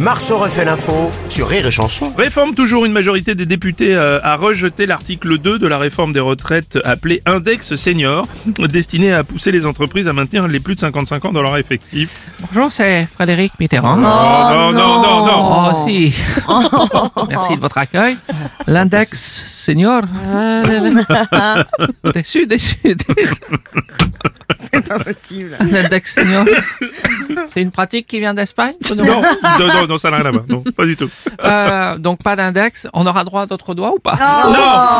Marceau refait l'info sur Rire et Chanson. Réforme toujours, une majorité des députés euh, a rejeté l'article 2 de la réforme des retraites appelée Index Senior, destiné à pousser les entreprises à maintenir les plus de 55 ans dans leur effectif. Oh, Bonjour, c'est Frédéric Mitterrand. non, non, non, non. Oh, si. Merci de votre accueil. L'index senior. déçu, déçu, déçu. C'est pas possible. L'index senior. C'est une pratique qui vient d'Espagne pour nous Non, non, non, non, ça n'a rien à voir. Non, pas du tout. Euh, Donc pas d'index. On aura droit à d'autres doigts ou pas Non,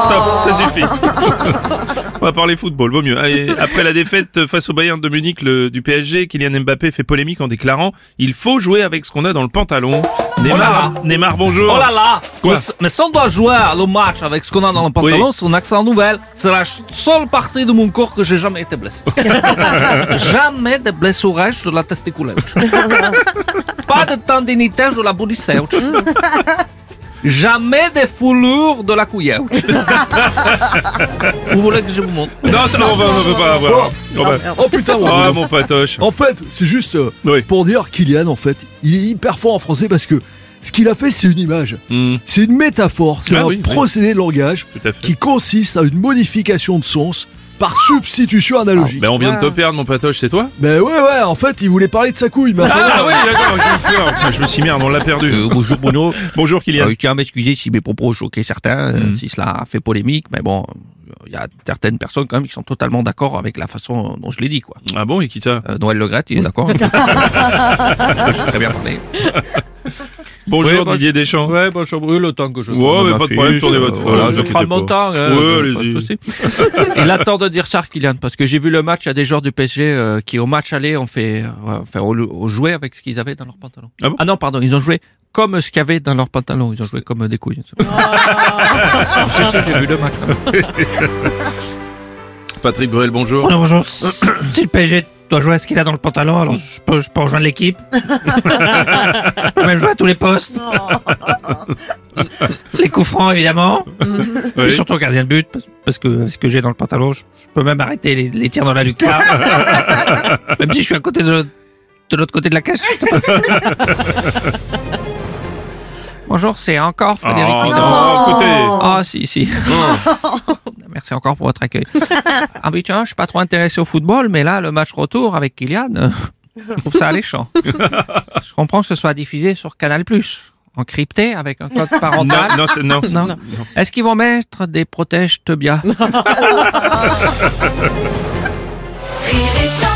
stop, ça suffit. On va parler football, vaut mieux. Allez, Après la défaite face au Bayern de Munich le- du PSG, Kylian Mbappé fait polémique en déclarant « Il faut jouer avec ce qu'on a dans le pantalon ». Neymar, Neymar, bonjour. Oh là là Quoi mais, s- mais si on doit jouer le match avec ce qu'on a dans le pantalon, c'est une excellente nouvelle. C'est la ch- seule partie de mon corps que j'ai jamais été blessé. jamais de blessurage de la testiculaire. Pas de tendinitage de la bodycelle. jamais de foulure de la couillère. vous voulez que je vous montre Non, ça, on va, on va pas avoir. On va- Oh putain, ouais. Ah, mon patoche. En fait, c'est juste euh, Oui. pour dire Kylian, en fait, il est hyper fort en français parce que ce qu'il a fait, c'est une image. Hmm, C'est une métaphore, c'est Ah un oui, oui. procédé de langage tout à fait. qui consiste à une modification de sens par substitution analogique. Ben, on vient de te perdre, mon patoche, c'est toi Ben ouais, ouais, en fait, il voulait parler de sa couille, mais enfin, Ah oui, d'accord, j'ai eu peur. Enfin, je me suis merde, on l'a perdu. Euh, Ah, bonjour Bruno. Bonjour Kylian. Euh, je tiens à m'excuser si mes propos ont choqué certains, euh, Mm. si cela a fait polémique, mais bon, euh, il y a certaines personnes quand même qui sont totalement d'accord avec la façon dont je l'ai dit, quoi. Ah bon, et qui ça Euh, Noël Legrette, il est d'accord. je suis très bien parlé. Bonjour Ouais, bah, Didier Deschamps. Ouais, bah, je brûle le temps que je. Ouais, tourne mais ma pas de fiche, problème, tournez votre euh, voilà, feuille, je je vous prends prends inquiétez mon mon pas. temps. hein, Ouais, pas de allez-y. souci. Il a tort de dire ça, Kylian, parce que j'ai vu le match, il y a des joueurs du PSG euh, qui, au match aller, ont fait. euh, ouais, enfin, ont, ont joué avec ce qu'ils avaient dans leurs pantalons. Ah bon non, pardon, ils ont joué comme ce qu'il y avait dans leurs pantalons. Ils ont joué comme des couilles. Je sais, j'ai vu le match. quand même. Patrick Bruel, bonjour. Bonjour, bonjour. Si le PSG doit jouer à ce qu'il a dans le pantalon, alors je peux, je peux rejoindre l'équipe. je peux même jouer à tous les postes. Les coups francs, évidemment. Oui. Et surtout gardien de but, parce- parce que ce que j'ai dans le pantalon, je, je peux même arrêter les, les tirs dans la lucarne. même si je suis à côté de, de l'autre côté de la cage. ça passe. Bonjour, c'est encore Oh, Frédéric Mitterrand. non, écoutez. Ah, si, si. Ah. Merci encore pour votre accueil. Habituellement, je suis pas trop intéressé au football, mais là, le match retour avec Kylian, euh, je trouve ça alléchant. je comprends que ce soit diffusé sur Canal+, encrypté avec un code parental. Non, non, c'est- non. Oh, Non. Est-ce qu'ils vont mettre des protèges bien Rire et chanson.